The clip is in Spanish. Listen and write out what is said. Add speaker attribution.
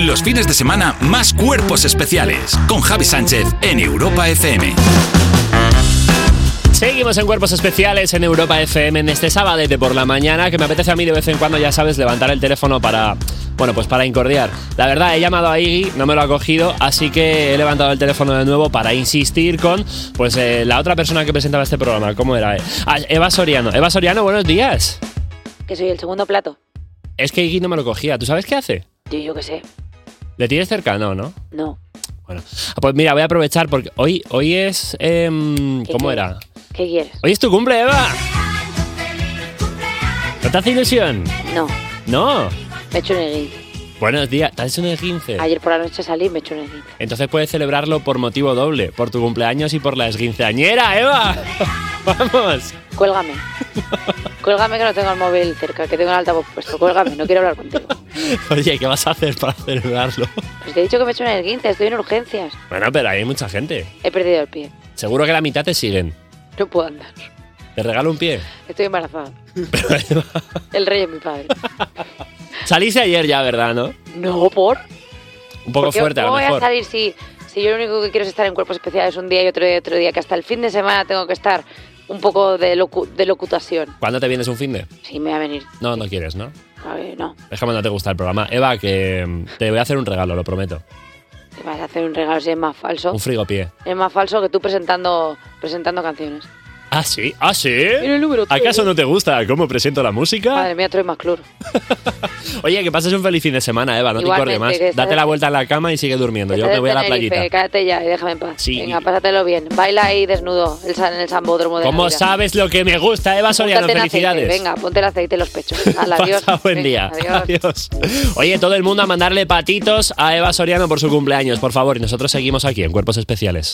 Speaker 1: Los fines de semana, más cuerpos especiales. Con Javi Sánchez en Europa FM.
Speaker 2: Seguimos en Cuerpos Especiales en Europa FM en este sábado por la mañana que me apetece a mí de vez en cuando, ya sabes, levantar el teléfono para, bueno, pues para incordiar. La verdad, he llamado a Iggy, no me lo ha cogido, así que he levantado el teléfono de nuevo para insistir con, pues, eh, la otra persona que presentaba este programa. ¿Cómo era? eh? Ah, Eva Soriano. Eva Soriano, buenos días.
Speaker 3: Que soy el segundo plato.
Speaker 2: Es que Iggy no me lo cogía. ¿Tú sabes qué hace?
Speaker 3: Yo, yo qué sé.
Speaker 2: ¿Le tienes cerca? No, ¿no?
Speaker 3: No.
Speaker 2: Bueno. Ah, Pues mira, voy a aprovechar porque hoy, hoy es... em,
Speaker 3: ¿Qué
Speaker 2: ¿Cómo
Speaker 3: qué?
Speaker 2: era?
Speaker 3: ¿Qué quieres?
Speaker 2: Hoy es tu cumple, Eva. ¿No te hace ilusión?
Speaker 3: No.
Speaker 2: No.
Speaker 3: Me he hecho un esguince.
Speaker 2: Buenos días, ¿te has hecho un esguince?
Speaker 3: Ayer por la noche salí y me he hecho un esguince.
Speaker 2: Entonces puedes celebrarlo por motivo doble, por tu cumpleaños y por la esguinceañera, Eva. Vamos.
Speaker 3: Cuélgame. Cuélgame que no tengo el móvil cerca, que tengo el altavoz puesto. Cuélgame, no quiero hablar contigo.
Speaker 2: Oye, ¿qué vas a hacer para celebrarlo?
Speaker 3: Pues te he dicho que me he hecho un esguince, estoy en urgencias.
Speaker 2: Bueno, pero hay mucha gente.
Speaker 3: He perdido el pie.
Speaker 2: Seguro que la mitad te siguen.
Speaker 3: No puedo andar.
Speaker 2: Te regalo un pie.
Speaker 3: Estoy embarazada. El rey es mi padre.
Speaker 2: Saliste ayer ya, ¿verdad, no?
Speaker 3: No, por.
Speaker 2: Un poco
Speaker 3: Porque
Speaker 2: fuerte, a lo
Speaker 3: ¿cómo
Speaker 2: mejor.
Speaker 3: voy a salir si, si yo lo único que quiero es estar en cuerpos especiales un día y otro día y otro día? Que hasta el fin de semana tengo que estar un poco de, locu- de locutación.
Speaker 2: ¿Cuándo te vienes un fin de?
Speaker 3: Sí, me va a venir.
Speaker 2: No, no quieres, ¿no?
Speaker 3: A ver, no.
Speaker 2: Es que no te gusta el programa. Eva, que mm, te voy a hacer un regalo, lo prometo.
Speaker 3: Te vas a hacer un regalo si es más falso.
Speaker 2: Un frigopié.
Speaker 3: Es más falso que tú presentando, presentando canciones.
Speaker 2: ¿Ah, sí? ¿Ah, sí?
Speaker 3: el número tres.
Speaker 2: ¿Acaso no te gusta cómo presento la música?
Speaker 3: Madre mía, Troy McClure.
Speaker 2: Oye, que pases un feliz fin de semana, Eva, no te
Speaker 3: Igualmente, que
Speaker 2: cortes más.
Speaker 3: estás-
Speaker 2: Date la vuelta en la cama y sigue durmiendo. Yo
Speaker 3: Estás
Speaker 2: me voy a la
Speaker 3: en Este Tenerife,
Speaker 2: playita.
Speaker 3: Cállate ya y déjame en paz.
Speaker 2: Sí.
Speaker 3: Venga, pásatelo bien. Baila ahí desnudo el san- en el sambódromo de la
Speaker 2: ¿Cómo
Speaker 3: vida.
Speaker 2: sabes lo que me gusta, Eva Soriano?
Speaker 3: Póntate en aceite,
Speaker 2: Felicidades.
Speaker 3: Venga, ponte el aceite en los pechos. Hala, adiós.
Speaker 2: Pasa buen
Speaker 3: Venga,
Speaker 2: día.
Speaker 3: Adiós.
Speaker 2: Adiós. Oye, todo el mundo a mandarle patitos a Eva Soriano por su cumpleaños, por favor. Y nosotros seguimos aquí en Cuerpos Especiales.